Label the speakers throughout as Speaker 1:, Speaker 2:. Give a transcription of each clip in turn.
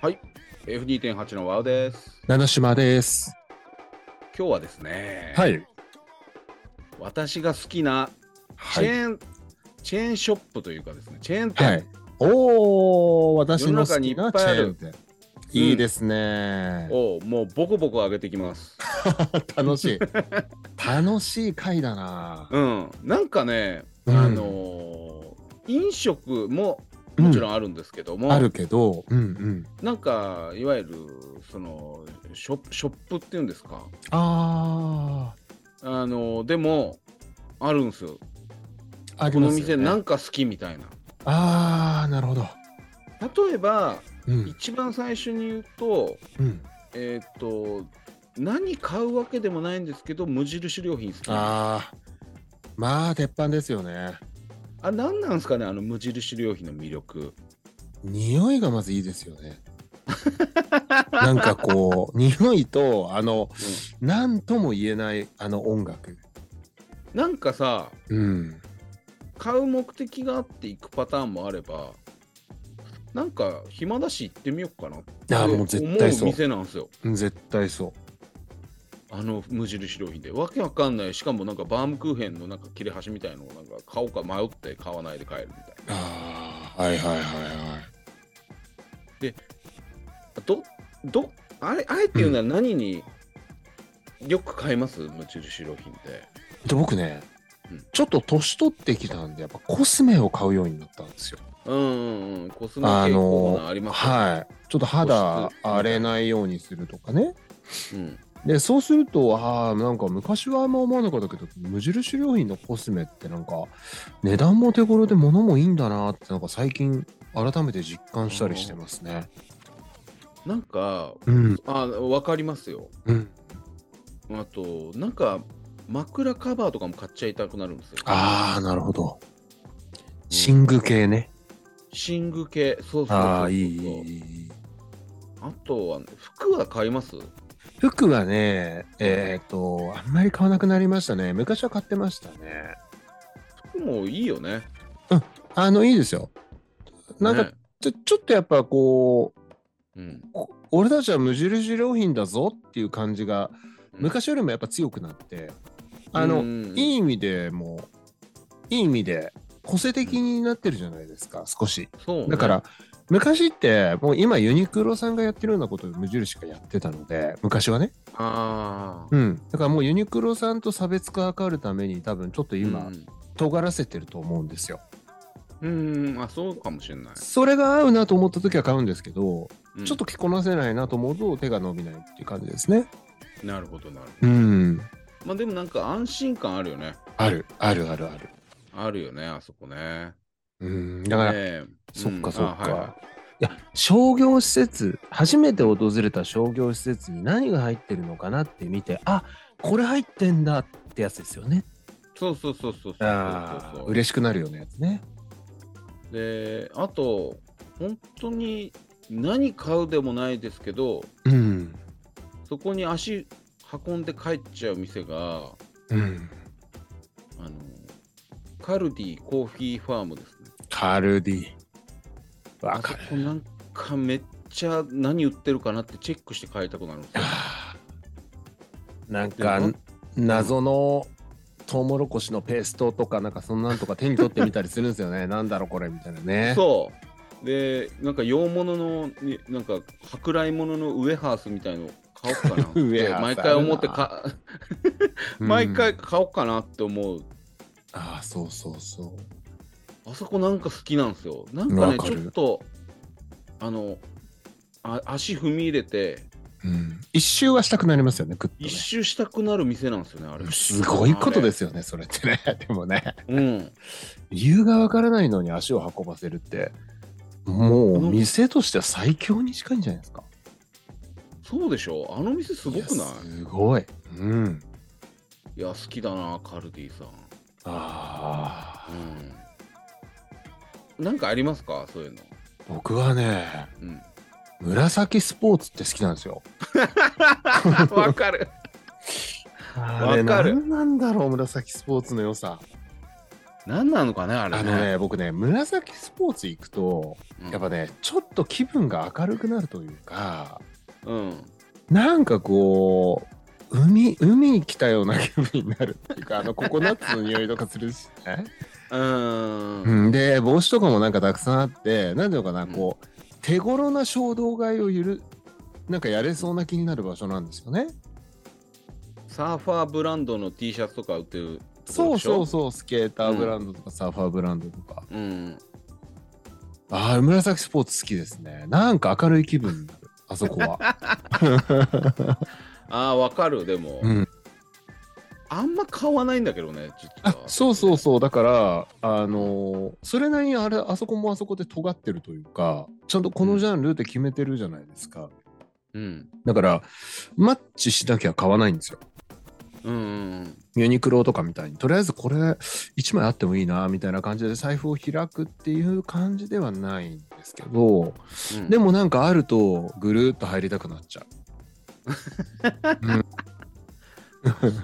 Speaker 1: はい。F2.8 のワウです。
Speaker 2: 七島です。
Speaker 1: 今日はですね、
Speaker 2: はい。
Speaker 1: 私が好きなチ
Speaker 2: は
Speaker 1: ェ
Speaker 2: い。
Speaker 1: ーン、チェーンショップというかですね、チェーン店、
Speaker 2: はい。おお、私の好き
Speaker 1: 世の中にいっ
Speaker 2: なチ
Speaker 1: ぱいあ
Speaker 2: ェ
Speaker 1: る
Speaker 2: ーン店。いいですね。
Speaker 1: をもうボコボコ上げていきます。
Speaker 2: 楽しい。楽しい回だな。
Speaker 1: うん。なんかね、
Speaker 2: うん
Speaker 1: あのー飲食も
Speaker 2: うん
Speaker 1: もちろんあるんですけども、
Speaker 2: あるけど、うんうん。
Speaker 1: なんかいわゆるそのショップショップっていうんですか
Speaker 2: あ
Speaker 1: あのでもあるんですよ
Speaker 2: あ、あり
Speaker 1: この
Speaker 2: ますよ
Speaker 1: 店
Speaker 2: ね。
Speaker 1: なんか好きみたいな
Speaker 2: ああ、なるほど。
Speaker 1: 例えば
Speaker 2: うん
Speaker 1: 一番最初に言うと
Speaker 2: うん。
Speaker 1: えーっと何買うわけでもないんですけど無印良品好きあ
Speaker 2: ああ、まあ鉄板ですよね。
Speaker 1: あ何なんですかねあの無印良品の魅力
Speaker 2: 匂いがまずいいですよね。なんかこう匂いとあの、なんとも言えないあの音楽。
Speaker 1: なんかさ
Speaker 2: うん。
Speaker 1: 買う目的があって行くパターンもあればなんか暇だし行ってみようかなって
Speaker 2: あーもう絶対
Speaker 1: 思
Speaker 2: そう
Speaker 1: う店なんですよ
Speaker 2: 絶対そ。
Speaker 1: あの無印良品でわけわかんないしかもなんかバームクーヘンのなんか切れ端みたいのをなんか買おうか迷って買わないで帰るみたいう
Speaker 2: ああ、はいはいはいはい。
Speaker 1: などどあれあえて言うなら何によく買います、無印良品って
Speaker 2: で僕ね、
Speaker 1: うん
Speaker 2: ちょっと年取ってきたんでやっぱコスメを買うようになったんですよ。
Speaker 1: うんうんうんコスメ系コ
Speaker 2: あ
Speaker 1: ー
Speaker 2: の
Speaker 1: ナーありますよ
Speaker 2: はい。ちょっと
Speaker 1: 保
Speaker 2: 肌
Speaker 1: 湿
Speaker 2: 荒れないようにするとかね。
Speaker 1: うん
Speaker 2: でそうするとああなんか昔はあんま思わなかったけど無印良品のコスメってなんか値段も手頃で物もいいんだなってなんか最近改めて実感したりしてますね。
Speaker 1: なんか
Speaker 2: うん、
Speaker 1: あわかりますよ
Speaker 2: うん、
Speaker 1: あとなんか枕カバーとかも買っちゃいたくなるんですよ
Speaker 2: ああなるほど。寝具系ね。
Speaker 1: 寝具系そうそうそうそう
Speaker 2: ああいいいいいい。
Speaker 1: あとは服は買います
Speaker 2: 服はねえっ、とあんまり買わなくなりましたね。昔は買ってましたね。
Speaker 1: 服もいいよね
Speaker 2: あのいいですよ。なんか
Speaker 1: ね
Speaker 2: ちょちょっとやっぱこう
Speaker 1: うん、
Speaker 2: こ俺たちは無印良品だぞっていう感じが昔よりもやっぱ強くなってあの、いい
Speaker 1: い
Speaker 2: 意味でもういい意味で個性的になってるじゃないですか少し
Speaker 1: そうね、
Speaker 2: だから昔ってもう今ユニクロさんがやってるようなことを無印がやってたので昔はね
Speaker 1: ああ
Speaker 2: うんだからもうユニクロさんと差別化を図るために多分ちょっと今尖らせてると思うんですよ
Speaker 1: うん、うんあそうかもしれない、
Speaker 2: それが合うなと思った時は買うんですけど
Speaker 1: うん
Speaker 2: ちょっと着こなせないなと思うと手が伸びないっていう感じですね
Speaker 1: なるほどなるほ
Speaker 2: うん
Speaker 1: どまあでもなんか安心感あるよね
Speaker 2: あるあるあるある
Speaker 1: あるよねあそこね
Speaker 2: うんだから
Speaker 1: ねえ
Speaker 2: そっ
Speaker 1: うん
Speaker 2: かそっ
Speaker 1: あはい
Speaker 2: か
Speaker 1: は。
Speaker 2: いや、商業施設、初めて訪れた商業施設に何が入ってるのかなって見て、あこれ入ってんだってやつですよね。
Speaker 1: いそうそうそうそうそう
Speaker 2: あ
Speaker 1: そう
Speaker 2: あ、
Speaker 1: そう
Speaker 2: 嬉しくなるようなやつね。
Speaker 1: であと本当に何買うでもないですけど
Speaker 2: うん。
Speaker 1: そこに足運んで帰っちゃう店が
Speaker 2: うん。
Speaker 1: あのカルディコーヒーファームですね
Speaker 2: カルディ。わ
Speaker 1: あ
Speaker 2: か
Speaker 1: そ
Speaker 2: る。
Speaker 1: こなんかめっちゃ何売ってるかなってチェックして買いたくなるんですよ
Speaker 2: あー なん
Speaker 1: で
Speaker 2: か
Speaker 1: も、
Speaker 2: 謎のトウモロコシのペーストとか、なんかそんなんとか手に取ってみたりするんですよね。 なんだろう、これみたいなね。
Speaker 1: そうでなんか洋物のになんか舶来物のウエハースみたいの買おうかなっ
Speaker 2: ウエ
Speaker 1: て
Speaker 2: ハースあるな
Speaker 1: 毎回思ってか
Speaker 2: うん
Speaker 1: 毎回。買おうかなって思う
Speaker 2: ああ、そうそうそう。
Speaker 1: あそこなんか好きなんですよ。なんかね、
Speaker 2: わか
Speaker 1: ち
Speaker 2: る
Speaker 1: ょっと、あの、あ足踏み入れて、
Speaker 2: うん一周はしたくなりますよね、グッとね
Speaker 1: 一周したくなる店なんですよね、あれ。
Speaker 2: すごいことですよね、それってね。 でもね、
Speaker 1: あれ。うん。
Speaker 2: 理由がわからないのに足を運ばせるって、もう店としては最強に近いんじゃないですか。
Speaker 1: そうでしょあの店すごくない
Speaker 2: やすごい。うん。
Speaker 1: いや、好きだな、カルディさん。
Speaker 2: ああ、
Speaker 1: うん。なんかありますかそういうの。
Speaker 2: 僕はね、
Speaker 1: うん。
Speaker 2: 紫スポーツって好きなんですよ。
Speaker 1: わかる。
Speaker 2: あれ
Speaker 1: わかる
Speaker 2: 何なんだろう、紫スポーツの良さ。
Speaker 1: 何なのかね、あれ
Speaker 2: あのね、僕ね、紫スポーツ行くと、
Speaker 1: うん
Speaker 2: やっぱね、ちょっと気分が明るくなるというか、
Speaker 1: うん。
Speaker 2: なんかこう、海、海に来たような気分になるっていうか、あの、ココナッツの匂いとかするしね。
Speaker 1: うーん。
Speaker 2: うん、で、帽子とかもなんかたくさんあって、なんていうのかな、
Speaker 1: うん
Speaker 2: こう、手頃な衝動買いをゆる、なんかやれそうな気になる場所なんですよね。
Speaker 1: サーファーブランドの T シャツとか売ってるとこ
Speaker 2: そ
Speaker 1: ろ
Speaker 2: う
Speaker 1: でし
Speaker 2: そ
Speaker 1: ょ。
Speaker 2: うそう、スケーターブランドとか、サーファーブランドとか。
Speaker 1: う。うん。
Speaker 2: ああ、紫スポーツ好きですね。なんか明るい気分になる、あそこは。
Speaker 1: ああ、わかる、でも、
Speaker 2: うん
Speaker 1: あんま買わないんだけどね、実
Speaker 2: あ
Speaker 1: は。
Speaker 2: そうそうそうだからあのーそれなりにあれあそこもあそこで尖ってるというかちゃんとこのジャンルって決めてるじゃないですか、
Speaker 1: うん。
Speaker 2: だからマッチしなきゃ買わないんですよ
Speaker 1: うんうん
Speaker 2: ユニクロとかみたいにとりあえずこれ1枚あってもいいなみたいな感じで財布を開くっていう感じではないんですけど
Speaker 1: うん。
Speaker 2: で
Speaker 1: も、
Speaker 2: もなんかあるとぐるーっと入りたくなっちゃう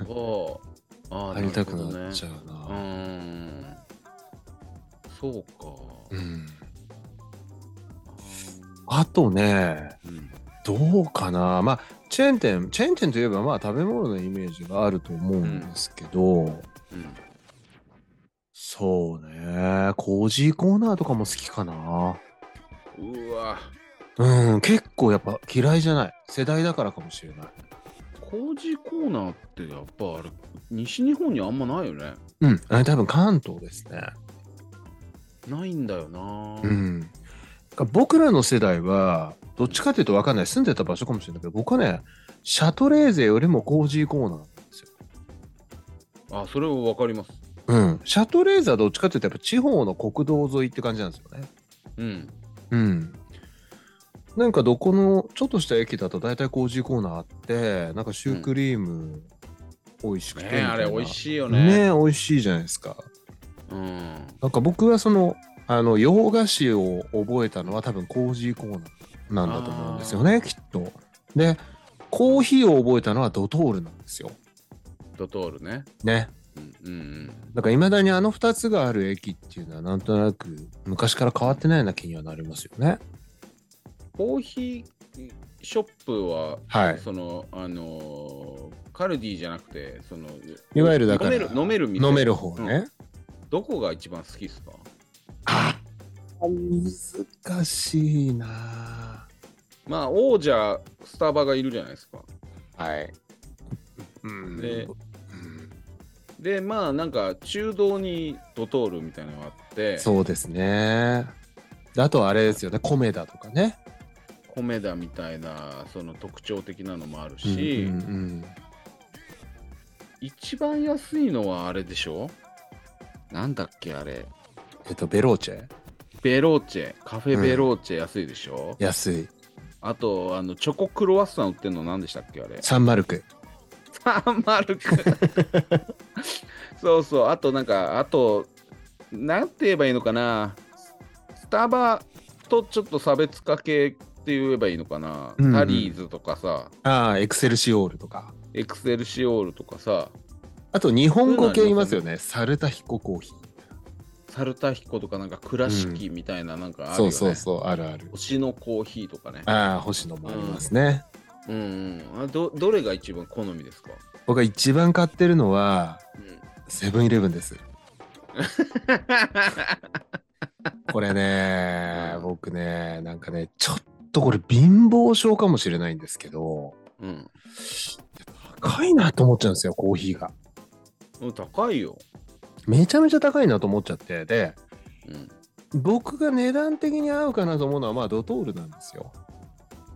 Speaker 1: そうああ、
Speaker 2: 入りたくなっ
Speaker 1: る
Speaker 2: ちゃう
Speaker 1: ほ
Speaker 2: な
Speaker 1: どね。うん。そうか。
Speaker 2: うんあとね
Speaker 1: うん。
Speaker 2: どうかなまあチェーン店チェーン店といえばまあ食べ物のイメージがあると思うんですけど、
Speaker 1: うん
Speaker 2: そうねコージーコーナーとかも好きかな
Speaker 1: うわ
Speaker 2: うん結構やっぱ嫌いじゃない世代だからかもしれない
Speaker 1: 工事コーナーってやっぱあれ西日本にあんまないよね
Speaker 2: うんあれ多分関東ですね
Speaker 1: ないんだよな
Speaker 2: うん僕らの世代はどっちかというと分かんない住んでた場所かもしれないけど僕はねシャトレーゼよりもコージーコーナーなんですよ
Speaker 1: あそれはわかります
Speaker 2: うんシャトレーゼはどっちかというとやっぱ地方の国道沿いって感じなんですよね
Speaker 1: うん
Speaker 2: うん。なんかどこのちょっとした駅だと大体工事コーナーあってなんかシュークリーム美味しく
Speaker 1: ね
Speaker 2: てみたい
Speaker 1: え
Speaker 2: な、
Speaker 1: あれ美味しいよ
Speaker 2: ね
Speaker 1: ね
Speaker 2: え美味しいじゃないですか
Speaker 1: うん
Speaker 2: なんか僕はそのあの洋菓子を覚えたのは多分工事コーナーなんだと思うんですよねきっとでコーヒーを覚えたのはドトールなんですよ
Speaker 1: ドトールね
Speaker 2: ね
Speaker 1: うんうん
Speaker 2: だからいまだにあの2つがある駅っていうのはなんとなく昔から変わってないような気にはなりますよね
Speaker 1: コーヒーショップは
Speaker 2: はい
Speaker 1: そのあのーカルディじゃなくてその
Speaker 2: いわゆるだから
Speaker 1: 飲める飲める店
Speaker 2: 飲める方ね、
Speaker 1: どこが一番好きですか
Speaker 2: あ難しいな
Speaker 1: まあ王者スタバがいるじゃないですか
Speaker 2: はい。うん
Speaker 1: で
Speaker 2: うん
Speaker 1: でまあなんか中道にドトールみたいなのがあって
Speaker 2: そうですね。であとはあれですよね、コメダとかね。
Speaker 1: 米だみたいなその特徴的なのもある
Speaker 2: うん
Speaker 1: し、
Speaker 2: うんうん
Speaker 1: 一番安いのはあれでしょなんだっけあれ
Speaker 2: えっと、ベローチェ
Speaker 1: ベローチェカフェベローチェ安いでしょ、
Speaker 2: 安い。
Speaker 1: あとあのチョコクロワッサン売ってるの何でしたっけ あれ
Speaker 2: サンマルク。
Speaker 1: サンマルク そうそうあとなんかあとなんて言えばいいのかなスタバとちょっと差別化系って言えばいいのかな、
Speaker 2: うんうん
Speaker 1: タリーズとかさ
Speaker 2: ああ、エクセルシオールとか。
Speaker 1: エクセルシオールとかさ
Speaker 2: あと、日本語系いますよね。サルタヒココーヒ
Speaker 1: サルタヒコとかなんか倉敷みたいななんかある
Speaker 2: ー。
Speaker 1: よね、
Speaker 2: そうそうそう、あるある。
Speaker 1: 星のコーヒーとかね
Speaker 2: ああ、星野もありますね。
Speaker 1: うん、うん、あどどれが一番好みですか、
Speaker 2: 僕が一番買ってるのは、
Speaker 1: うん、
Speaker 2: セブンイレブ ンです。これね
Speaker 1: う、ん
Speaker 2: 僕ね、なんかね、ちょっとこれ貧乏症かもしれないんですけど、
Speaker 1: うん
Speaker 2: 高いなと思っちゃうんですよ、コーヒーが。
Speaker 1: うん、高いよ、
Speaker 2: めちゃめちゃ高いなと思っちゃって、で、
Speaker 1: うん、
Speaker 2: 僕が値段的に合うかなと思うのは、まあ、ドトールなんですよ。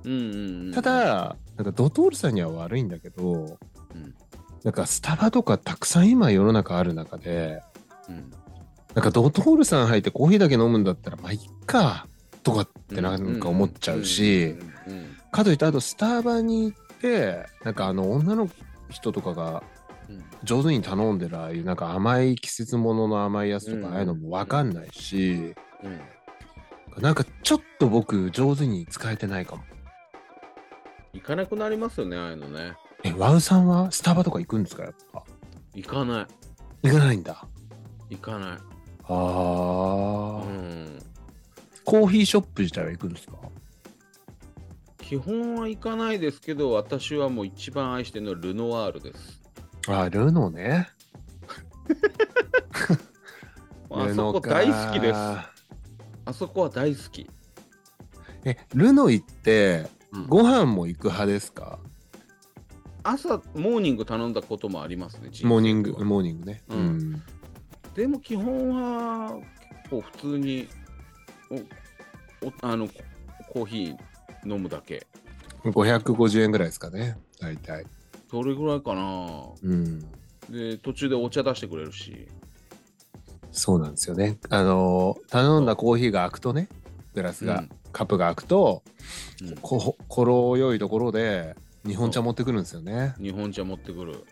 Speaker 1: うんうんうん
Speaker 2: ただ、なんかドトールさんには悪いんだけど、
Speaker 1: うん
Speaker 2: なんかスタバとかたくさん今世の中ある中で、
Speaker 1: うん
Speaker 2: なんかドトールさん入ってコーヒーだけ飲むんだったら、まあ、いっか、とかってなんか思っちゃうし、
Speaker 1: うんうん
Speaker 2: かといってあとスターバに行ってなんかあの女の人とかが
Speaker 1: うん
Speaker 2: 上手に頼んでるああいうなんか甘い季節ものの甘いやつと
Speaker 1: うん
Speaker 2: かああいうのも分かんないし、
Speaker 1: うんうん
Speaker 2: なんかちょっと僕上手に使えてないかも。
Speaker 1: 行かなくなりますよねああいうのね
Speaker 2: えワウさんはスタバとか行くんですかやっぱ
Speaker 1: 行かな
Speaker 2: 行かないんだ。
Speaker 1: い行かない
Speaker 2: ああ、
Speaker 1: うん、
Speaker 2: コーヒーショップ自体は行くんですか
Speaker 1: 基本は行かないですけど私はもう一番愛してるのはルノワールです、
Speaker 2: あールノーね。
Speaker 1: まああ
Speaker 2: ル
Speaker 1: そ
Speaker 2: ノ
Speaker 1: こ
Speaker 2: ーか
Speaker 1: 大好きですあそこは大好き
Speaker 2: え、ルノー行って
Speaker 1: うん、
Speaker 2: ご飯も行く派ですか、
Speaker 1: 朝モーニング頼んだこともありますね人生
Speaker 2: モーニング、モーニングね。
Speaker 1: うんでも基本は結構普通におおあのココーヒー飲むだけ
Speaker 2: うん。550円ぐらいですかね、大体。
Speaker 1: それぐらいかな
Speaker 2: うん。
Speaker 1: で途中でお茶出してくれるし
Speaker 2: そうなんですよね。あのー頼んだコーヒーが開くとね、グラスが、カップが開くと、
Speaker 1: うん
Speaker 2: こころよいところで日本茶持ってくるんですよね。
Speaker 1: 日本茶持ってくる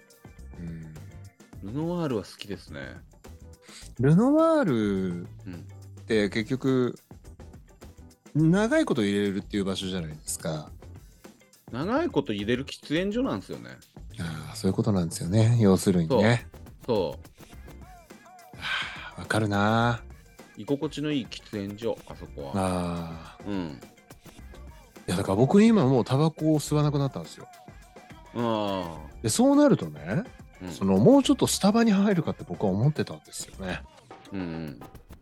Speaker 2: うん
Speaker 1: ルノワールは好きですね
Speaker 2: ルノワール
Speaker 1: うん
Speaker 2: って結局長いこと入れるっていう場所じゃないですか。
Speaker 1: 長いこと入れる喫煙所なんですよね
Speaker 2: ああそういうことなんですよね。要するにね。
Speaker 1: そう
Speaker 2: はあわかるな
Speaker 1: 居心地のいい喫煙所あそこ
Speaker 2: あ。
Speaker 1: は
Speaker 2: ああ
Speaker 1: うん
Speaker 2: いやだから僕今もうタバコを吸わなくなったんですよ。
Speaker 1: あ
Speaker 2: でそうなるとね、
Speaker 1: あうん
Speaker 2: そのもうちょっとスタバに入るかって僕は思ってたんですよね。
Speaker 1: うんうん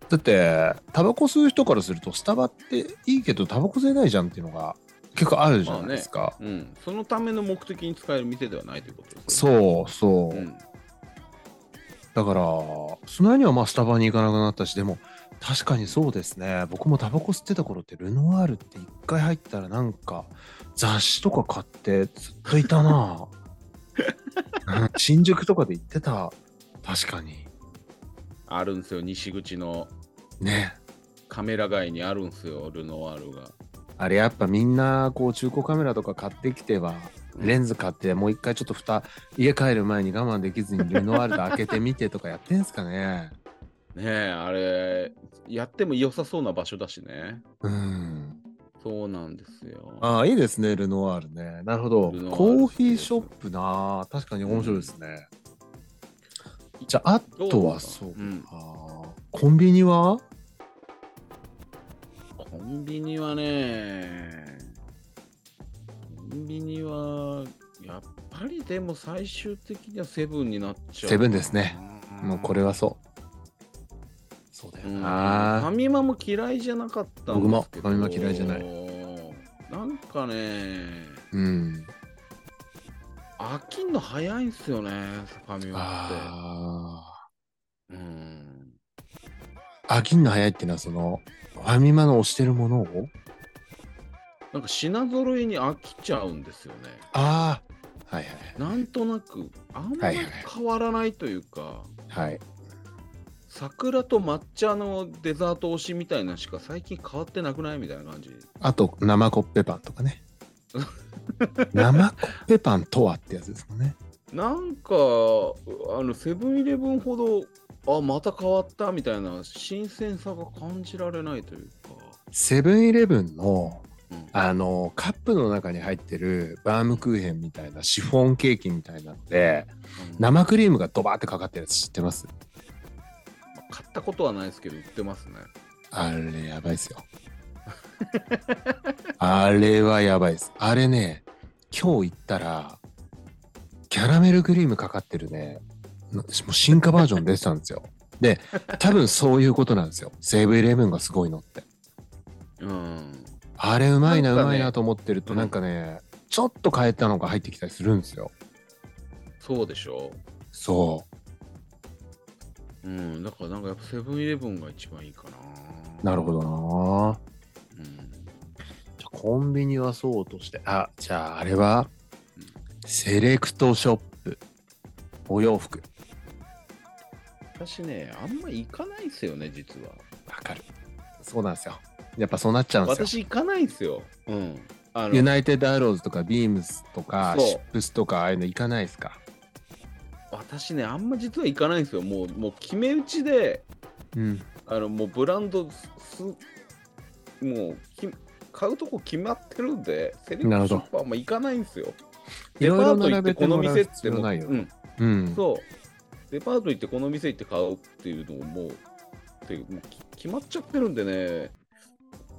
Speaker 2: だってタバコ吸う人からするとスタバっていいけどタバコ吸えないじゃんっていうのが結構あるじゃないですか。
Speaker 1: うん、そのための目的に使える店ではないということですよね
Speaker 2: そうそう。
Speaker 1: うん
Speaker 2: だからその間にはまあスタバに行かなくなったしでも確かにそうですね僕もタバコ吸ってた頃ってルノワールって一回入ったらなんか雑誌とか買ってずっといたなうん新宿とかで行ってた確かに
Speaker 1: あるんですよ西口の
Speaker 2: ね
Speaker 1: カメラ街にあるんですよルノワールが
Speaker 2: あれやっぱみんなこう中古カメラとか買ってきてはレンズ買ってもう一回ちょっと蓋家帰る前に我慢できずにルノワールと開けてみてとかやってんすかね
Speaker 1: ねえあれやっても良さそうな場所だしね
Speaker 2: うん
Speaker 1: そうなんですよ
Speaker 2: ああ、いいですね、ルノワールね。なるほど
Speaker 1: ルノ。ワール
Speaker 2: コーヒーショップなあ、確かに面白いですね。じゃあ、あ
Speaker 1: どう
Speaker 2: とはそうか、
Speaker 1: ん
Speaker 2: コンビニは
Speaker 1: コンビニはねコンビニはやっぱりでも最終的にはセブンになっちゃう
Speaker 2: セブンですねもうこれ
Speaker 1: は
Speaker 2: はそう。そうだよ
Speaker 1: うんフ
Speaker 2: な
Speaker 1: ァ
Speaker 2: あ。
Speaker 1: ミマも嫌いじゃなかったん
Speaker 2: 僕
Speaker 1: で
Speaker 2: も
Speaker 1: すけど
Speaker 2: ファミマ嫌いじゃない
Speaker 1: なんかね
Speaker 2: うん。
Speaker 1: 飽きんの早いんすよねファミマって
Speaker 2: あ
Speaker 1: うん
Speaker 2: あ。飽きんの早いっていうのは、その、ファミマの推してるものを
Speaker 1: なんか品揃えに飽きちゃうんですよね。
Speaker 2: ああ。はい
Speaker 1: なんとなく、あんま
Speaker 2: はい
Speaker 1: り
Speaker 2: はい
Speaker 1: 変わらないというか、
Speaker 2: はい。はい。
Speaker 1: 桜と抹茶のデザート推しみたいなのしか最近変わってなくないみたいな感じ。
Speaker 2: あと、生コッペパンと かね。生コッペパンとはってやつですもんね。
Speaker 1: なんか、あの、セブンイレブンほど、あ、また変わったみたいな新鮮さが感じられないというか。
Speaker 2: セブンイレブンの
Speaker 1: うん
Speaker 2: あのカップの中に入ってるバームクーヘンみたいなシフォンケーキみたいなので
Speaker 1: うん
Speaker 2: 生クリームがドバーってかかってるやつ知ってます
Speaker 1: 買ったことはないですけど、売ってますね。
Speaker 2: あれやばいっす よあれはやばいっすあれね今日行ったらキャラメルクリームかかってるねなもう進化バージョン出てたんですよで多分そういうことなんですよセブンイレブンがすごいのって
Speaker 1: うん。
Speaker 2: あれうまいな
Speaker 1: なんか
Speaker 2: う
Speaker 1: ね
Speaker 2: まいなと思ってると
Speaker 1: うん
Speaker 2: なんかね、ちょっと変えたのが入ってきたりするんですよ
Speaker 1: そうでしょ
Speaker 2: そう
Speaker 1: うん。だからなんかやっぱセブンイレブンが一番いいかな。
Speaker 2: なるほどな
Speaker 1: うん。
Speaker 2: じゃあコンビニはそうとしてあじゃああれは
Speaker 1: うん
Speaker 2: セレクトショップお洋服
Speaker 1: 私ね、あんま行かないんすよね、実は。
Speaker 2: わかるそうなんですよやっぱそうなっちゃうんですよ
Speaker 1: 私行かないんすよ。うん。あの、
Speaker 2: ユナイテッドアローズとかビームスとか
Speaker 1: そう
Speaker 2: シップスとかああいうの行かないですか
Speaker 1: 私ね、あんま実は行かないんすよ。もう、もう決め打ちで、
Speaker 2: うん
Speaker 1: あの、もうブランドす、すもうき、買うとこ決まってるんで、セレク
Speaker 2: なる
Speaker 1: ト
Speaker 2: ほ
Speaker 1: ショッ
Speaker 2: ど
Speaker 1: プはあんま行かないんすよ。
Speaker 2: い
Speaker 1: デパ
Speaker 2: ろいろ
Speaker 1: ート行っ
Speaker 2: 並
Speaker 1: て
Speaker 2: べ
Speaker 1: こ
Speaker 2: て
Speaker 1: の
Speaker 2: もら
Speaker 1: 店
Speaker 2: う
Speaker 1: って
Speaker 2: 必
Speaker 1: も
Speaker 2: 要
Speaker 1: う、
Speaker 2: ないよ、
Speaker 1: うん、
Speaker 2: うん
Speaker 1: そう。デパート行ってこの店行って買うっていうのももう、ってもうき決まっちゃってるんでね、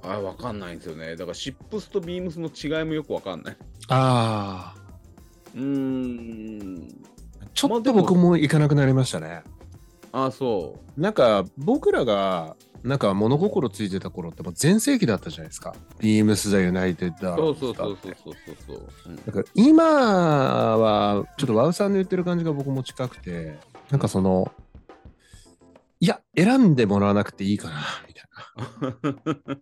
Speaker 1: あ分かんないんですよね。だからシップスとビームスの違いもよく分かんない。
Speaker 2: ああ、
Speaker 1: うーん、
Speaker 2: ちょ
Speaker 1: まあ
Speaker 2: っ
Speaker 1: で
Speaker 2: と
Speaker 1: も
Speaker 2: 僕も行かなくなりましたね。
Speaker 1: あそ
Speaker 2: なんか僕らがなんか物心ついてた頃ってもう全盛期だったじゃないですか。ビームスだユナイテッド
Speaker 1: う、
Speaker 2: だ
Speaker 1: そうそうそうそうそうそうそう。うん
Speaker 2: だから今はちょっとワウさんの言ってる感じが僕も近くてなんかそのいや選んでもらわなくていいかなみたいな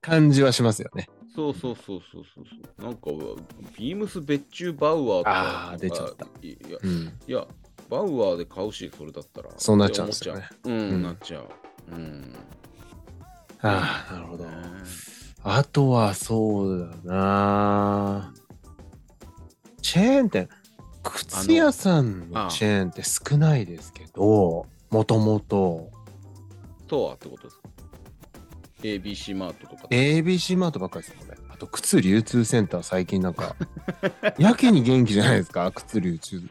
Speaker 2: 感じはしますよね。
Speaker 1: そうそうそうそうそうそう。なんか、ビームス別注バウアーとか。
Speaker 2: あー出ちゃった
Speaker 1: いいや、
Speaker 2: うん、
Speaker 1: いや、バウアーで買うし、それだったら。
Speaker 2: そうなっちゃうんですよね
Speaker 1: って思っちゃう。う、
Speaker 2: うんん
Speaker 1: なっちゃう。うん。
Speaker 2: ああなるほど
Speaker 1: ね。
Speaker 2: あとはそうだなチェーン店靴屋さんのチェーンって少ないですけどもともと
Speaker 1: とはってことですか ?ABC マートとか。
Speaker 2: ABC マートばっかりですもんね。あと、靴流通センター、最近なんか、 やけに元気じゃないですか、靴流通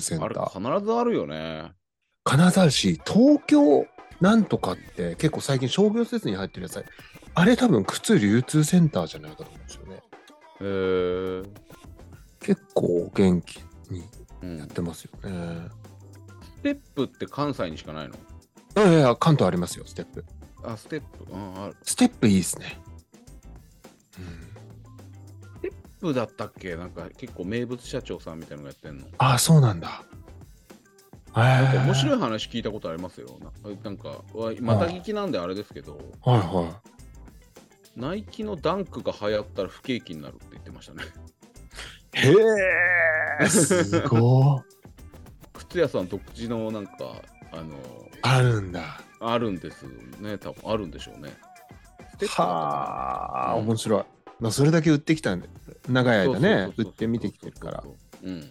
Speaker 2: センタ
Speaker 1: あれ
Speaker 2: ー。
Speaker 1: 必ずあるよね。
Speaker 2: 金沢市、東京なんとかって、結構最近商業施設に入ってるやつ、あれ多分靴流通センターじゃないかと思うんですよね。
Speaker 1: へー
Speaker 2: 結構元気に
Speaker 1: うん
Speaker 2: やってますよね。
Speaker 1: ステップって関西にしかないの
Speaker 2: いやいや、関東ありますよ、ステップ。
Speaker 1: あ、ステップ。うん、ある。
Speaker 2: ステップいいですね。うん
Speaker 1: ステップだったっけなんか結構名物社長さんみたいなのがやってんの。
Speaker 2: ああ、そうなんだ。
Speaker 1: なんか
Speaker 2: 面
Speaker 1: 面白
Speaker 2: い。
Speaker 1: い話聞いたことありますよ。ななんか、わまた聞きなんであれですけど、
Speaker 2: はいはい。
Speaker 1: ナイキのダンクが流行ったら不景気になるって言ってましたね。
Speaker 2: へえ、すごい。
Speaker 1: 靴屋さん独自のなんか、あの、
Speaker 2: あるんだ。
Speaker 1: あるんですね。多分あるんでしょうね。ステップだったか
Speaker 2: はあ、
Speaker 1: うん
Speaker 2: 面白い。まあ、それだけ売ってきたんで、長い
Speaker 1: なそ
Speaker 2: 間ね、
Speaker 1: うそうそうそう
Speaker 2: 売ってみてきてるから。。
Speaker 1: うん。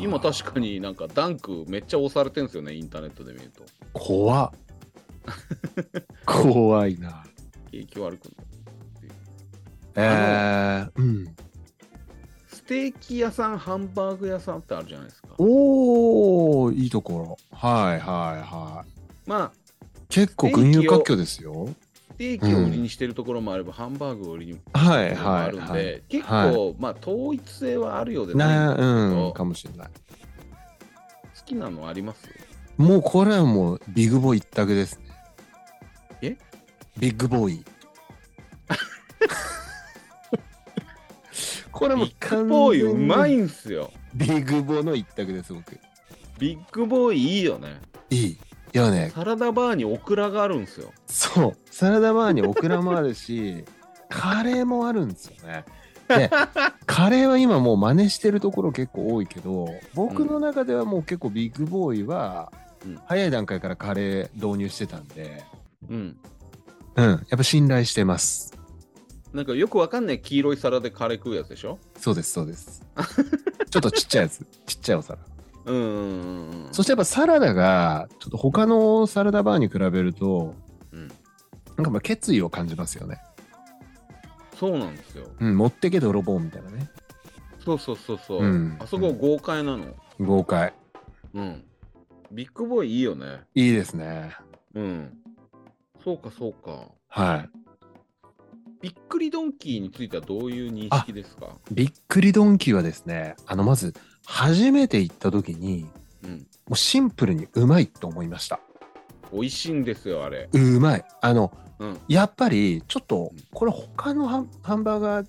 Speaker 1: 今確かになんかダンクめっちゃ押されてるんですよね、インターネットで見ると。
Speaker 2: あー。怖っ 怖いな。
Speaker 1: 景気悪くなる。
Speaker 2: えー、うん。
Speaker 1: ステーキ屋さん、ハンバーグ屋さんってあるじゃないですか。
Speaker 2: おー、いいところ。はいはいはい。
Speaker 1: まあ、
Speaker 2: 結構
Speaker 1: ステーキを
Speaker 2: 群雄割拠ですよ。
Speaker 1: ステーキを売りにしてるところもあれば、ハンバーグを売りに
Speaker 2: はい
Speaker 1: もあ
Speaker 2: はい
Speaker 1: るん
Speaker 2: は
Speaker 1: で
Speaker 2: い。、
Speaker 1: 結構、まあ統一性はあるようでない
Speaker 2: な
Speaker 1: 好
Speaker 2: うん、かもしれない。
Speaker 1: きなのあります
Speaker 2: もうこれはもうビッグボーイ一択ですね。
Speaker 1: え
Speaker 2: ビッグボ ーイ。これも
Speaker 1: ビッグボーイうまい
Speaker 2: い。
Speaker 1: んすよ
Speaker 2: ビッグボーの一択です、僕。い
Speaker 1: ビッグボーイいいよね
Speaker 2: い。いやね、
Speaker 1: サラダバーにオクラがあるんすよ
Speaker 2: そう。サラダバーにオクラもあ るし、カレーもあるんですよね。で、カレーは今もう真似してるところ結構多いけど、僕の中ではもう結構ビッグボーイは
Speaker 1: うん、
Speaker 2: 早い段階からカレー導入してたんで、
Speaker 1: うん
Speaker 2: うん、やっぱ信頼してます。
Speaker 1: なんかよくわかんない黄色い皿でカレー食うやつでしょ
Speaker 2: そうです、そ うです。ちょっとちっちゃいやつ、ちっちゃいお皿。
Speaker 1: うんうんうんうん
Speaker 2: そしてやっぱサラダが、ちょっと他のサラダバーに比べると、
Speaker 1: うん
Speaker 2: なんかまあ決意を感じますよね。
Speaker 1: そうなんですよ
Speaker 2: うん、持ってけ泥棒みたいなね。
Speaker 1: そうそうそうそう、
Speaker 2: うん
Speaker 1: あそこ豪快なの
Speaker 2: 豪快。
Speaker 1: うんビッグボーイいいよね
Speaker 2: いいですね。
Speaker 1: うんそうかそうか
Speaker 2: は
Speaker 1: びっくりドンキーについてはどういう認識ですか
Speaker 2: い。びっくりドンキーはですね、あの、まず、初めて行った時に、
Speaker 1: うん
Speaker 2: もうシンプルにうまいと思いました。
Speaker 1: 美味しいんですよあれ
Speaker 2: うまい。あの、
Speaker 1: うん
Speaker 2: やっぱり、ちょっと、これ他のハンハンバーガー、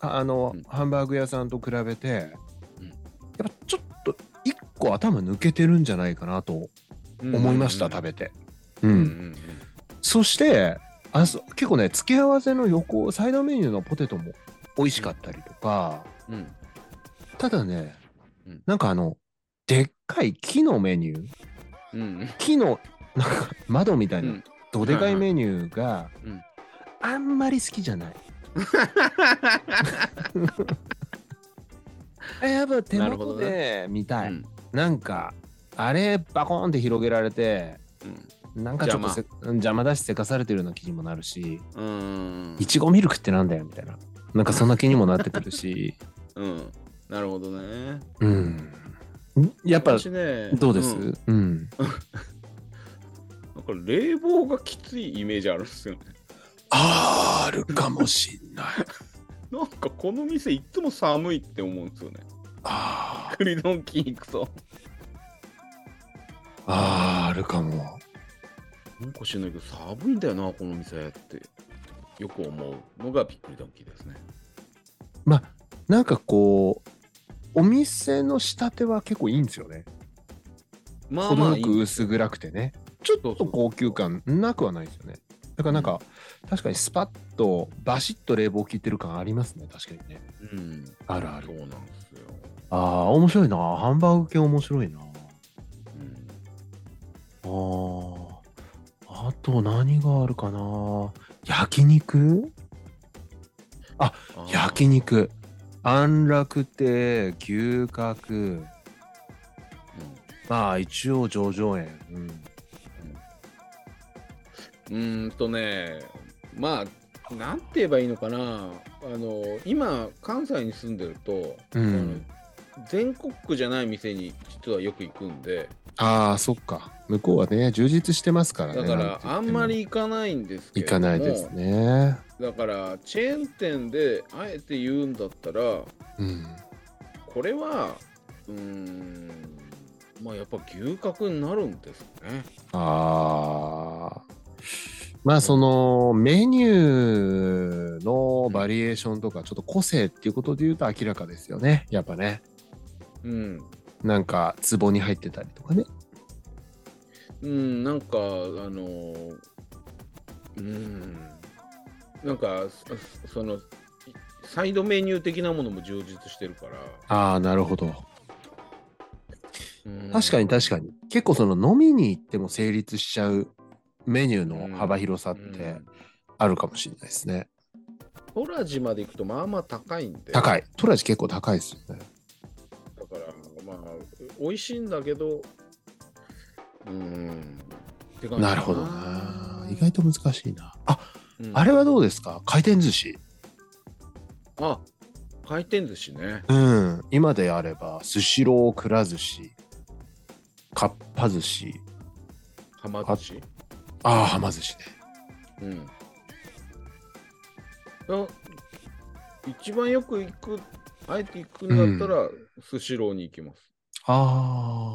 Speaker 2: ああの、
Speaker 1: うん
Speaker 2: ハンバーグ屋さんと比べて、
Speaker 1: うん
Speaker 2: やっぱちょっと、一個頭抜けてるんじゃないかなと思いました、食
Speaker 1: べ
Speaker 2: べて。うん。
Speaker 1: うんうん
Speaker 2: そしてあそ、結構ね、付け合わせの横、サイドメニューのポテトも美味しかったりとか、
Speaker 1: うんうん
Speaker 2: ただね
Speaker 1: うん、
Speaker 2: なんかあの、でっかい木のメニュー、
Speaker 1: うん
Speaker 2: 木の、なんか窓みたいな、
Speaker 1: うん
Speaker 2: どでかいメニューが
Speaker 1: うん、
Speaker 2: あんまり好きじゃない。あやっぱ手
Speaker 1: なるほど
Speaker 2: 元
Speaker 1: ね
Speaker 2: で見たい。
Speaker 1: うん
Speaker 2: なんか、あれ、バコーンって広げられて、
Speaker 1: うん
Speaker 2: なんかちょっとせ邪魔だし、せかされてるような気にもなるし、
Speaker 1: うーん
Speaker 2: いちごミルクってなんだよみたいな。なんかそんな気にもなってくるし、
Speaker 1: うんなるほどね
Speaker 2: うん。やっぱ、
Speaker 1: 私ね
Speaker 2: どうです、
Speaker 1: ん
Speaker 2: うん、
Speaker 1: なんか冷房がきついイメージあるんですよね。
Speaker 2: あーあるかもしんない。
Speaker 1: なんかこの店いつも寒いって思うんですよね。
Speaker 2: あー
Speaker 1: 栗ドンキー行くと。
Speaker 2: あーあるかも。
Speaker 1: なんか知んないけど寒いんだよな、この店って。よく思うのがびっくりドンキーですね。
Speaker 2: まあなんかこうお店の仕立ては結構いいんですよね。
Speaker 1: まあまあ
Speaker 2: 程よ
Speaker 1: いい、
Speaker 2: く薄暗くてね。ちょっと高級感なくはないですよね。だからなんか、確かにスパッとバシッと冷房効いてる感ありますね。確かにね。
Speaker 1: うん、
Speaker 2: あるあ
Speaker 1: そう
Speaker 2: る。
Speaker 1: なんですよ。
Speaker 2: ああ、面白いな。ハンバーグ系面白いな。
Speaker 1: うん
Speaker 2: あーあと何があるかな焼肉
Speaker 1: あー
Speaker 2: 焼肉安楽亭牛角まあ一応上場園、うん
Speaker 1: うんうーんとね、まあ、なんて言えばいいのかな、あの今、関西に住んでると、
Speaker 2: うん
Speaker 1: あの全国区じゃない店に実はよく行くんで、
Speaker 2: ああそっか向こうはね充実してますからね
Speaker 1: だからあんまり行かないんですけれど
Speaker 2: 行か
Speaker 1: も
Speaker 2: ないですね
Speaker 1: だからチェーン店であえて言うんだったら
Speaker 2: うん
Speaker 1: これはうーんまあやっぱ牛角になるんですね
Speaker 2: ああまあそのメニューのバリエーションとかちょっと個性っていうことで言うと明らかですよねやっぱね
Speaker 1: うん
Speaker 2: なんか壺に入ってたりとかね。
Speaker 1: うん、なんかあのーうんなんかそそのサイドメニュー的なものも充実してるから、
Speaker 2: ああ、なるほど。
Speaker 1: うん
Speaker 2: 確かに確かに。結構その飲みに行っても成立しちゃうメニューの幅広さっ
Speaker 1: う
Speaker 2: て
Speaker 1: ん
Speaker 2: あるかもしれないですね。
Speaker 1: トラジまで行くとまあまあ高いんで
Speaker 2: 高い。トラジ結構高いですよね。
Speaker 1: だからまあ美味しいんだけどうんって感じか
Speaker 2: なるほどな。意外と難しいな。あ、
Speaker 1: うん
Speaker 2: あれはどうですか回転寿司。
Speaker 1: あ回転寿司ね
Speaker 2: うん。今であれば、スシロー、くら寿司、かっぱ寿司、
Speaker 1: はま寿司
Speaker 2: ああ、はま寿司ね。
Speaker 1: うんあ一番よく行くあえて行くんだったらスシローに行きます
Speaker 2: あ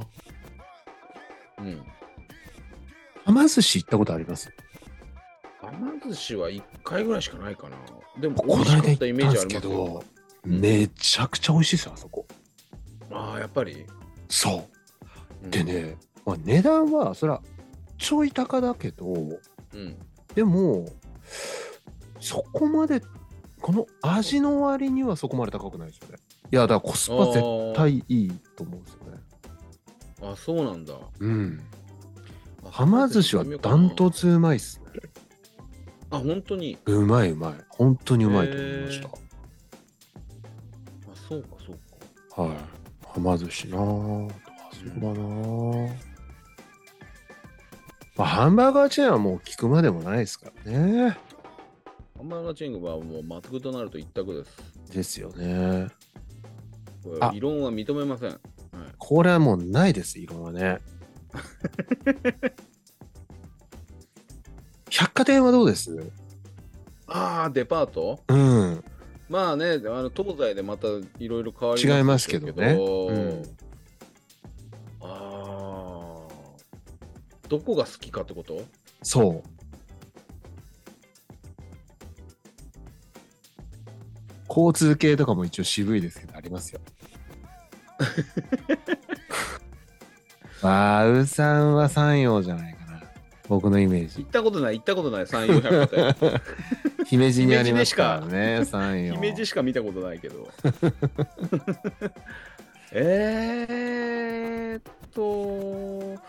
Speaker 2: あ。
Speaker 1: うん
Speaker 2: はま寿司行ったことあります
Speaker 1: はま寿司は1回ぐらいしかないかなでも美味
Speaker 2: この
Speaker 1: し
Speaker 2: 間
Speaker 1: かっ
Speaker 2: 行った
Speaker 1: たイ
Speaker 2: ん
Speaker 1: メー
Speaker 2: で
Speaker 1: ジあり
Speaker 2: すけ
Speaker 1: ます
Speaker 2: ど
Speaker 1: よ、ん
Speaker 2: めちゃくちゃ美味しいですよ、あそこ。
Speaker 1: ああやっぱり、
Speaker 2: そ
Speaker 1: うん
Speaker 2: う。でね、まあ、値段は、そら、ちょい高だけど、
Speaker 1: うん
Speaker 2: でも、そこまで、この味の割にはそこまで高くないですよね。いや、だからコスパ絶対いいと思うんですよね。
Speaker 1: あーあそうなんだ
Speaker 2: うん。
Speaker 1: あ
Speaker 2: はま寿司はダントツうまいっすね。
Speaker 1: あ本当に
Speaker 2: うまいうまい。本当にうまいと思いました
Speaker 1: へ。あそうかそうか
Speaker 2: はい。はま寿司なぁとか、そうだなぁ。まあ、ハンバーガーチェーンはもう聞くまでもないですからね。
Speaker 1: ハンバーガーチェーンはもうマクドナルド一択です
Speaker 2: ですよね。
Speaker 1: これ
Speaker 2: あ
Speaker 1: 異論は認めません
Speaker 2: これはもうないです、いろん なね。百貨店はどうです
Speaker 1: ああデパート
Speaker 2: うん。
Speaker 1: まあねあの東西でまたいろいろ変わり
Speaker 2: 違いますけどねうん
Speaker 1: ああーどこが好きかってこと
Speaker 2: そう。交通系とかも一応渋いですけど、あり ますよ。まあ、うさんは山陽じゃないかな。僕のイメージ
Speaker 1: 行。ったことない行ったことない三四百貨店
Speaker 2: 姫路にありますからね、山陽。
Speaker 1: 姫路しか見たことないけ どえーっと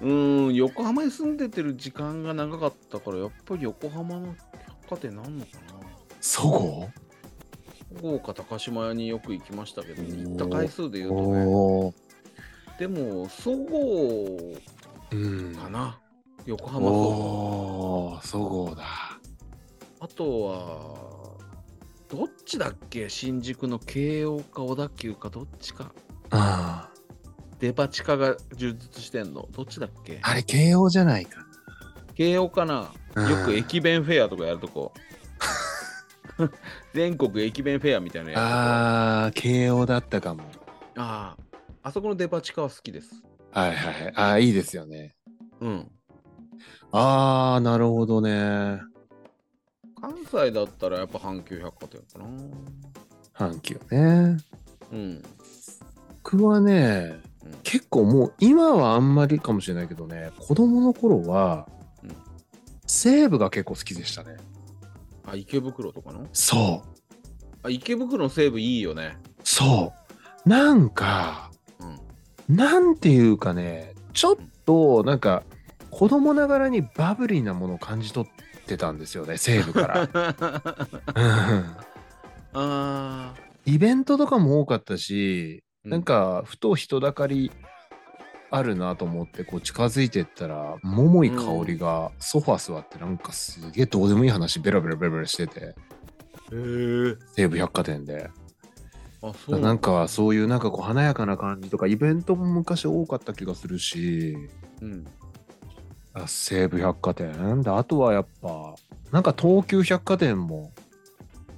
Speaker 1: うーん横浜に住んでてる時間が長かったからやっぱり横浜の百貨店なんのかな
Speaker 2: そご
Speaker 1: 豪華高島屋によく行きましたけど、
Speaker 2: おー
Speaker 1: 行った回数で言うとね、
Speaker 2: おー
Speaker 1: でも、そご
Speaker 2: うん
Speaker 1: うかな、横浜そごう
Speaker 2: おーそごうだ。
Speaker 1: あとは、どっちだっけ、新宿の慶応か小田急か、どっちか、
Speaker 2: ああ。
Speaker 1: デパ地下が充実してんの、どっちだっけ、
Speaker 2: あれ、慶応じゃないかな。
Speaker 1: 慶応かなよく駅弁フェアとかやるとこ 全国駅弁フェアみたいなのやるとこ
Speaker 2: ああ、慶応だったかも。
Speaker 1: あああそこのデパ地下は好きです
Speaker 2: はいはいはい。ああ、いいですよね。
Speaker 1: うん
Speaker 2: ああ、なるほどね。
Speaker 1: 関西だったらやっぱ阪急百貨店かな
Speaker 2: 阪急ね。
Speaker 1: うん
Speaker 2: 僕はね
Speaker 1: うん、
Speaker 2: 結構もう今はあんまりかもしれないけどね、子供の頃は
Speaker 1: うん、
Speaker 2: 西武が結構好きでしたね。
Speaker 1: あ池袋とかの
Speaker 2: そう、
Speaker 1: あ池袋の西部いいよね
Speaker 2: そう。なんか、
Speaker 1: うん
Speaker 2: なんていうかね、ちょっとなんか子供ながらにバブリーなものを感じ取ってたんですよね、西武から。うん
Speaker 1: あー
Speaker 2: イベントとかも多かったし、なんかふと人だかりあるなと思ってこう近づいてったら桃井香りがソファ座ってなんかすげえどうでもいい話ベラベラベラベラしてて
Speaker 1: へえ
Speaker 2: 西武百貨店で、
Speaker 1: あそう
Speaker 2: なんかそういうなんかこう華やかな感じとかイベントも昔多かった気がするし
Speaker 1: うん
Speaker 2: あ西武百貨店であとはやっぱなんか東急百貨店も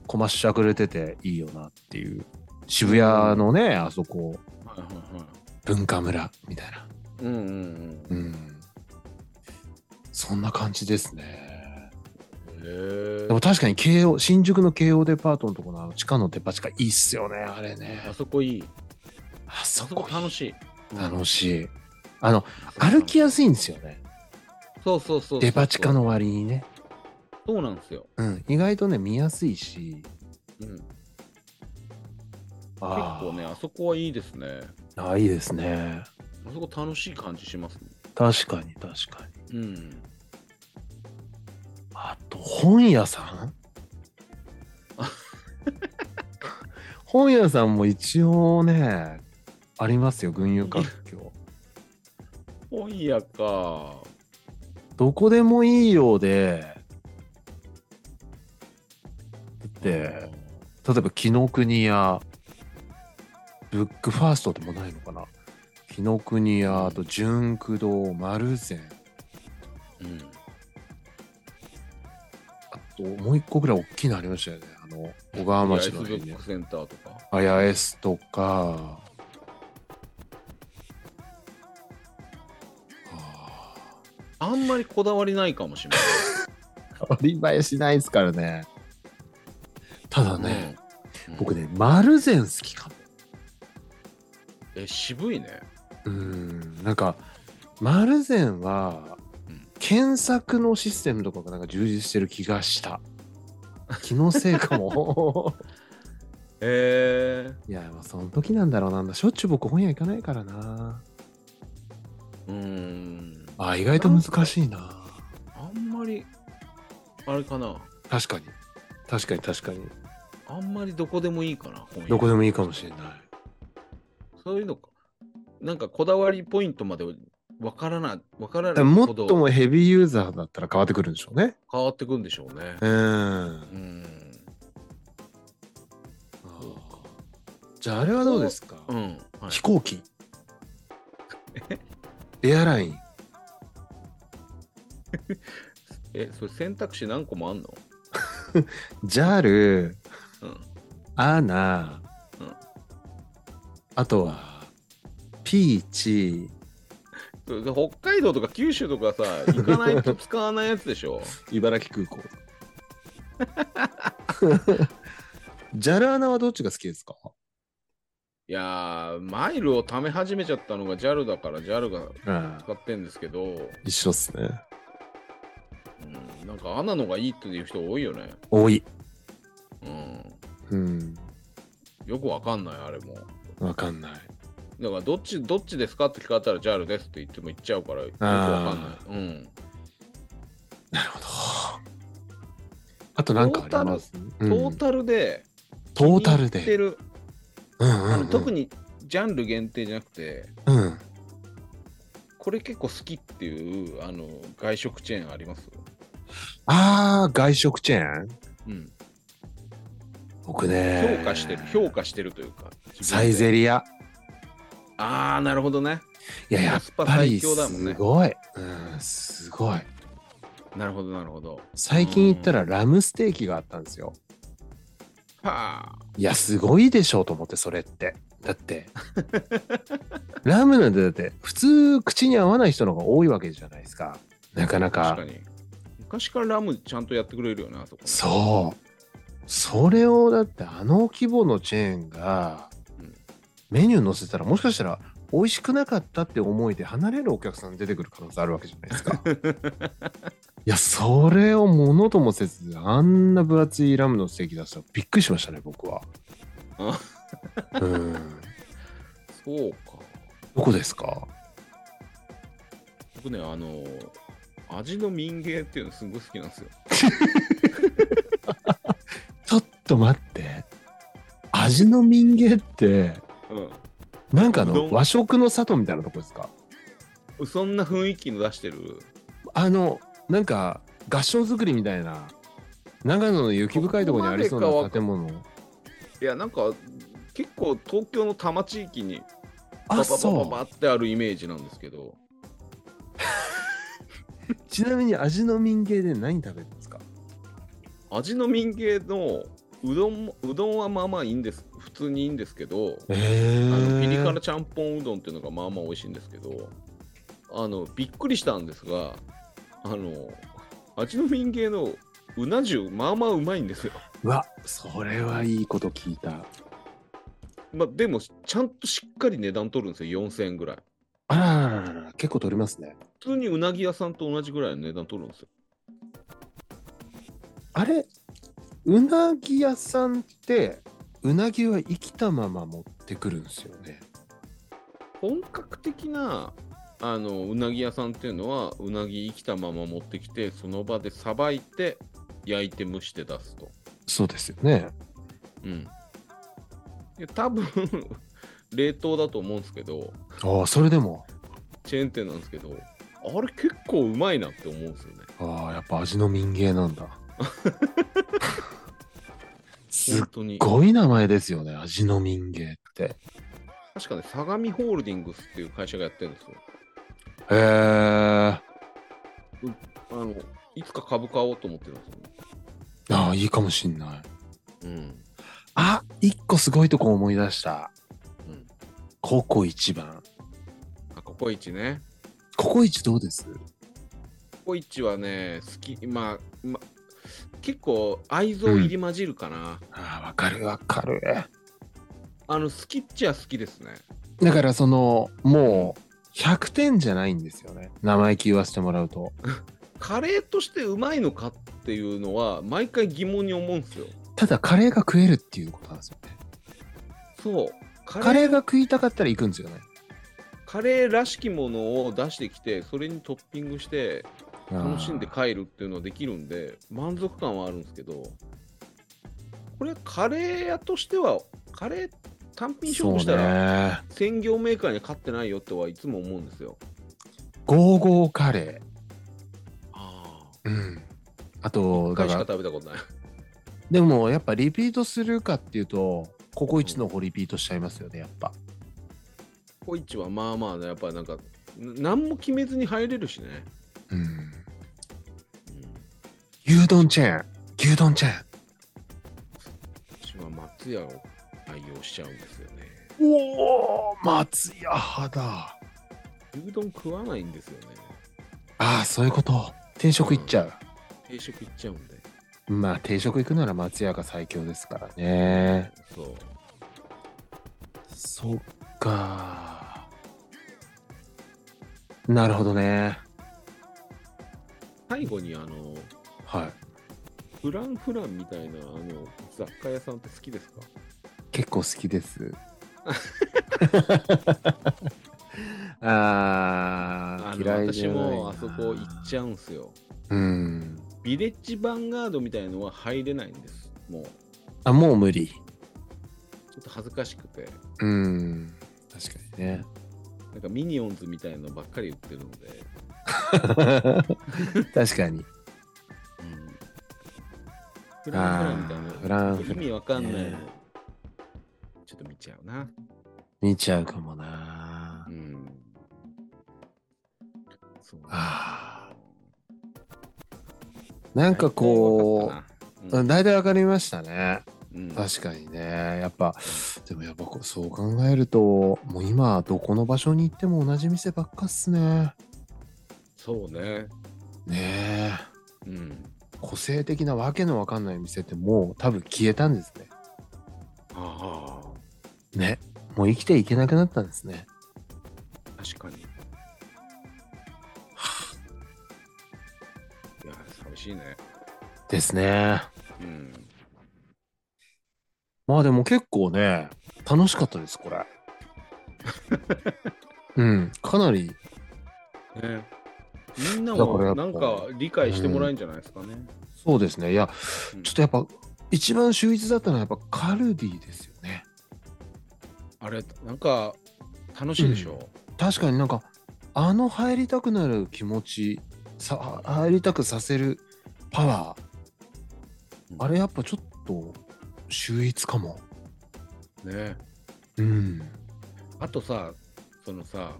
Speaker 2: こましゃくれてていいよなっていう渋谷のねあそこ
Speaker 1: はいはいはい
Speaker 2: 文化村みたいな、
Speaker 1: うんうんうん
Speaker 2: うん、そんな感じですね
Speaker 1: へ
Speaker 2: で
Speaker 1: え
Speaker 2: も確かに慶応新宿の慶応デパートのとこのあの地下のデパ地下いいっすよねあれね
Speaker 1: あそこいい
Speaker 2: あ
Speaker 1: あ
Speaker 2: そ
Speaker 1: そこ
Speaker 2: こ
Speaker 1: 楽しい
Speaker 2: 楽しいあの歩きやすいんですよね
Speaker 1: そうそうそうそう
Speaker 2: デパ地下の割にね、
Speaker 1: そうなんですよ、
Speaker 2: うん、意外とね見やすいし
Speaker 1: うん、結
Speaker 2: あ
Speaker 1: 構ねあそこはいいですね
Speaker 2: ーあいいですね
Speaker 1: あそこ楽しい感じしますね
Speaker 2: 確かに確かに
Speaker 1: うん
Speaker 2: あと本屋さ ん本屋さんも一応ねありますよ群雄割拠
Speaker 1: 本屋か
Speaker 2: どこでもいいようでだって例えば紀ノ国屋ブックファーストでもないのかな紀ノ国屋あと純駆堂丸善
Speaker 1: うん
Speaker 2: あともう一個ぐらい大きいのありましたよねあの小川
Speaker 1: 八重洲
Speaker 2: 町の
Speaker 1: ブ
Speaker 2: 辺に
Speaker 1: ックセンターとか
Speaker 2: あやえすとか。あ
Speaker 1: あんまりこだわりないかもしれない
Speaker 2: ー折り映えしないですからね。ただね、
Speaker 1: うん
Speaker 2: 僕ね、丸善好きかも。
Speaker 1: え渋いね
Speaker 2: うーん、なんか、丸善は
Speaker 1: うん、
Speaker 2: 検索のシステムとかがなんか充実してる気がした。気のせいか も。
Speaker 1: へえ
Speaker 2: いや、まあ、その時なんだろうなんだ。しょっちゅう僕本屋行かないからな。
Speaker 1: うーん
Speaker 2: あ、意外と難しいな。
Speaker 1: あんまりあれかな
Speaker 2: 確かに。確かに確かに。
Speaker 1: あんまりどこでもいいかな本屋
Speaker 2: どこでもいいかもしれない。
Speaker 1: そういうのかなんかこだわりポイントまでわからないわから
Speaker 2: だ
Speaker 1: ない
Speaker 2: からも
Speaker 1: ほ
Speaker 2: っ
Speaker 1: ど
Speaker 2: ともヘビーユーザーだったら変わってくるんでしょうね。
Speaker 1: 変わってくんでしょうね
Speaker 2: うん。
Speaker 1: うん
Speaker 2: じゃああれはどうですか、
Speaker 1: うん、はい
Speaker 2: 飛行機。エアライン。
Speaker 1: えそれ選択肢何個もあんの
Speaker 2: JAL、
Speaker 1: うん
Speaker 2: アナ、
Speaker 1: うん
Speaker 2: あとは、ピーチ。
Speaker 1: それで北海道とか九州とかさ行かないと使わないやつでし ょ
Speaker 2: 茨城空 港。JAL アナはどっちが好きですか
Speaker 1: いやーマイルを貯め始めちゃったのが JAL だから JAL が
Speaker 2: うん
Speaker 1: 使ってんですけど、う
Speaker 2: 一緒っすね。
Speaker 1: ん、なんかアナのがいいっていう人多いよね、
Speaker 2: 多い。
Speaker 1: うん、
Speaker 2: うん。
Speaker 1: よくわかんないあれも
Speaker 2: わかんない。
Speaker 1: だからどっちどっちですかって聞かれたら JAL ですって言っても言っちゃうからよくわかんない、うん、
Speaker 2: なるほど。あとなんかあります
Speaker 1: トータルで
Speaker 2: トータ
Speaker 1: 気に入
Speaker 2: ル
Speaker 1: って
Speaker 2: で。
Speaker 1: る
Speaker 2: うん
Speaker 1: あの特
Speaker 2: に。
Speaker 1: にジャンル限定じゃなくて
Speaker 2: うん。
Speaker 1: これ結構好きっていうあの外食チェーンあります
Speaker 2: ああ、外食チェーン
Speaker 1: うん、
Speaker 2: 僕ね。
Speaker 1: 評価してる、評価してるというか
Speaker 2: サイゼリア。
Speaker 1: ああなるほどね
Speaker 2: いや、やっぱり
Speaker 1: コスパ最強だもんね
Speaker 2: すごい。うん、すごい。
Speaker 1: なるほどなるほど。
Speaker 2: 最近行ったらラムステーキがあったんですよ。
Speaker 1: はあ。
Speaker 2: いや、すごいでしょうと思って、それって。だって、 ラムなんてだって、普通口に合わない人の方が多いわけじゃないですか。なかな
Speaker 1: 確
Speaker 2: か
Speaker 1: か。に。昔からラムちゃんとやってくれるよな、あそこ。
Speaker 2: そう。それをだって、あの規模のチェーンが
Speaker 1: うん、
Speaker 2: メニュー載せたら、もしかしたら、美味しくなかったって思いで離れるお客さん出てくる可能性あるわけじゃないですか。 いや、それをものともせず、あんな分厚いラムのステーキ出したらびっくりしましたね、僕は。
Speaker 1: あ
Speaker 2: うん。
Speaker 1: そうか。
Speaker 2: どこですか
Speaker 1: 僕ね、あの、味の民芸っていうのすごい好きなんですよ。
Speaker 2: ちょっと待って。味の民芸って、
Speaker 1: う
Speaker 2: なんかあ
Speaker 1: うどん
Speaker 2: の和食の里みたいなとこですか
Speaker 1: ん。そんな雰囲気の出してる。
Speaker 2: あの、なんか合掌造りみたいな、長野の雪深いところにありそう
Speaker 1: ここま
Speaker 2: な
Speaker 1: でか
Speaker 2: 建物。
Speaker 1: いや、なんか、結構東京の多摩地域にパ
Speaker 2: あ、
Speaker 1: パパ
Speaker 2: そ
Speaker 1: パってあるイメージなんですけど、
Speaker 2: う。ちなみに味の民芸で何食べるんですか
Speaker 1: 味の民芸のうどんも、うどんはまあまあいいんです、普通にいいんですけど、
Speaker 2: え
Speaker 1: あのピリ辛
Speaker 2: ー、
Speaker 1: ちゃんぽんうどんっていうのがまあまあ美味しいんですけど、あのびっくりしたんですが、あの味の民芸のうな重まあまあうまいんですよ。
Speaker 2: うわ、それはいいこと聞いた。
Speaker 1: まあでもちゃんとしっかり値段取るんですよ4000円ぐらい。
Speaker 2: あららららら、結構取りますね。
Speaker 1: 普通にうなぎ屋さんと同じぐらいの値段取るんですよ。
Speaker 2: あれ、うなぎ屋さんって、うなぎは生きたまま持ってくるんですよね。
Speaker 1: 本格的なあのうなぎ屋さんっていうのはうなぎ生きたまま持ってきてその場でさばいて焼いて蒸して出すと。
Speaker 2: そうですよね。
Speaker 1: うん、で多分 冷凍だと思うんですけど
Speaker 2: ああ、それでも、
Speaker 1: チェーン店なんですけどあれ結構うまいなって思うんですよね。
Speaker 2: ああ、やっぱ味の民芸なん だ。すっ
Speaker 1: 本当に
Speaker 2: ごい名前ですよね、味の民芸って。
Speaker 1: 確かね相模ホールディングスっていう会社がやってるんですよ。
Speaker 2: へえ。
Speaker 1: あのいつか株買おうと思ってるんですよね。
Speaker 2: ああ、いいかもしんない。
Speaker 1: うん
Speaker 2: あ、一個すごいとこ思い出した。
Speaker 1: うん、
Speaker 2: ココ一番。
Speaker 1: あココイチね。
Speaker 2: ココ一どうです
Speaker 1: ココイチはね好きまあ、ま、結構愛憎入り混じるかな、
Speaker 2: ああ、わかるわかる。
Speaker 1: あの好きっちゃ好きですね
Speaker 2: だからその、もう、100点じゃないんですよね。生意気言わせてもらうと。
Speaker 1: カレーとしてうまいのかっていうのは毎回疑問に思うんですよ
Speaker 2: ただ、カレーが食えるっていうことなんですよね。
Speaker 1: そうカレー
Speaker 2: カレーが食いたかったら行くんですよね。
Speaker 1: カレーらしきものを出してきてそれにトッピングして楽しんで
Speaker 2: ああ
Speaker 1: 帰るっていうのはできるんで満足感はあるんですけどこれカレー屋としてはカレー単品勝負した
Speaker 2: そう
Speaker 1: ら
Speaker 2: ね。
Speaker 1: 専業メーカーに勝ってないよとはいつも思うんですよ
Speaker 2: ゴーゴーカレ
Speaker 1: ああ
Speaker 2: ー。うん。あと、だ
Speaker 1: 回し
Speaker 2: か、
Speaker 1: から食べたことない
Speaker 2: でもやっぱリピートするかっていうと、ココイチの方リピートしちゃいますよね、やっぱ。
Speaker 1: ココイチはまあまあね、やっぱなんか、ん何も決めずに入れるしね。
Speaker 2: うん。牛丼チェーン。牛丼チェーン。
Speaker 1: 私は松屋を愛用しちゃうんですよね。
Speaker 2: おお松屋派だ。
Speaker 1: 牛丼食わないんですよね。
Speaker 2: ああ、そういうこと。定食行っちゃう。
Speaker 1: 定食行っちゃうんで。
Speaker 2: まあ定食行くなら松屋が最強ですからね。
Speaker 1: そう。
Speaker 2: そっか。なるほどね。
Speaker 1: 最後にあの、
Speaker 2: はい。
Speaker 1: フランフランみたいなあの雑貨屋さんって好きですか
Speaker 2: 結構好 きです。あ
Speaker 1: あ
Speaker 2: あ、
Speaker 1: の
Speaker 2: 嫌い
Speaker 1: 私
Speaker 2: じゃないな
Speaker 1: もあそこ行っちゃうんすよ。
Speaker 2: うん。
Speaker 1: ビレッジヴァンガードみたいのは入れないんです。もう、ち
Speaker 2: あ、もう無理。
Speaker 1: ょっと恥ずかしくて。
Speaker 2: うん。確かにね。
Speaker 1: なんかミニオンズみたいのばっかり売ってるんで。
Speaker 2: 確かに。
Speaker 1: フランフランみたいな。
Speaker 2: あーフランフラン
Speaker 1: 意味わかんないの。
Speaker 2: ね
Speaker 1: ちょっと見ちゃうな。
Speaker 2: 見ちゃうかもな
Speaker 1: う。ん。そう。
Speaker 2: ああ。なんかこ
Speaker 1: う
Speaker 2: う、うん
Speaker 1: ん
Speaker 2: 大体わかりましたね。
Speaker 1: うん
Speaker 2: 確かにね。やっぱ、でもやっぱこうそう考えると、もう今、どこの場所に行っても同じ店ばっかっすね。
Speaker 1: そうね。
Speaker 2: ねえ。
Speaker 1: うん。
Speaker 2: 個性的なわけのわかんない店ってもう多分消えたんですね。
Speaker 1: あ
Speaker 2: ね。もう生きていけなくなったんですね。
Speaker 1: あ、確かに。いや、寂しいね。
Speaker 2: ですね。
Speaker 1: うん。
Speaker 2: まあでも結構ね、楽しかったです、こ れ。うん、かなり、
Speaker 1: ね、みんな
Speaker 2: だから
Speaker 1: も
Speaker 2: やっぱ
Speaker 1: なんか理解してもらえるんじゃないですかね。
Speaker 2: そうですね。いや、
Speaker 1: うん
Speaker 2: ちょっとやっぱ、一番秀逸だったのはやっぱカルディですよね。
Speaker 1: あれ、なんか楽しいでしょ。
Speaker 2: 確かになんか、あの入りたくなる気持ち、さ入りたくさせるパワー
Speaker 1: う、ん
Speaker 2: あれやっぱちょっと秀逸かも。
Speaker 1: ね。
Speaker 2: うん。
Speaker 1: あとさ、そのさ、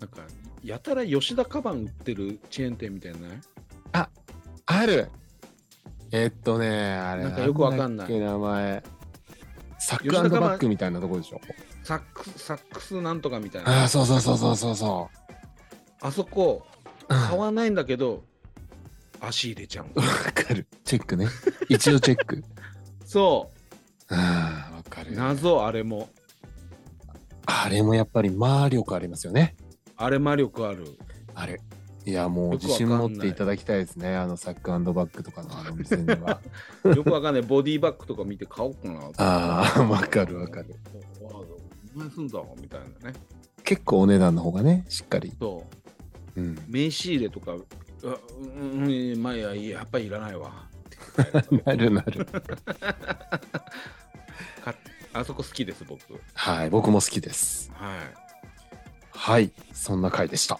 Speaker 1: なんかやたら吉田カバン売ってるチェーン店みたいなね。
Speaker 2: あるえっとね、あれ、
Speaker 1: なんかよくわかんない
Speaker 2: だっけ名前。サッ
Speaker 1: 吉田
Speaker 2: ク
Speaker 1: カバン
Speaker 2: バックみたいなとこでしょ。
Speaker 1: サックス、サックスなんとかみたい
Speaker 2: あ
Speaker 1: な
Speaker 2: あ、。そうそうそうそうそうそ
Speaker 1: あそこ、
Speaker 2: う。
Speaker 1: 買わないんだけど、足入れちゃうんだ
Speaker 2: わ
Speaker 1: よ
Speaker 2: かる。チェックね。一応チェ ック。
Speaker 1: そ
Speaker 2: ああ、わか
Speaker 1: う、
Speaker 2: る。
Speaker 1: 謎、あれも。
Speaker 2: あれもやっぱり魔力ありますよね。
Speaker 1: あれ魔力ある。
Speaker 2: あれ。いや、もう
Speaker 1: よく
Speaker 2: 自
Speaker 1: わかんな
Speaker 2: 信
Speaker 1: い
Speaker 2: 持っていただきたいですね。あのサックバックとかのあの店に は。
Speaker 1: よくわかんない。ボディバッグとか見て買おうかな。
Speaker 2: ああ、わかるわかる。
Speaker 1: そう。わあ、お前すんだみたいなね。
Speaker 2: 結構お値段の方がね、しっかり。
Speaker 1: そう。
Speaker 2: うん。
Speaker 1: 名刺入れとか、うわうん、うんまあいや、いいややっぱりいらないわ。
Speaker 2: なるなる。
Speaker 1: かあそこ好きです、僕。はい。
Speaker 2: はい、僕も好きです。はい、そんな回でした。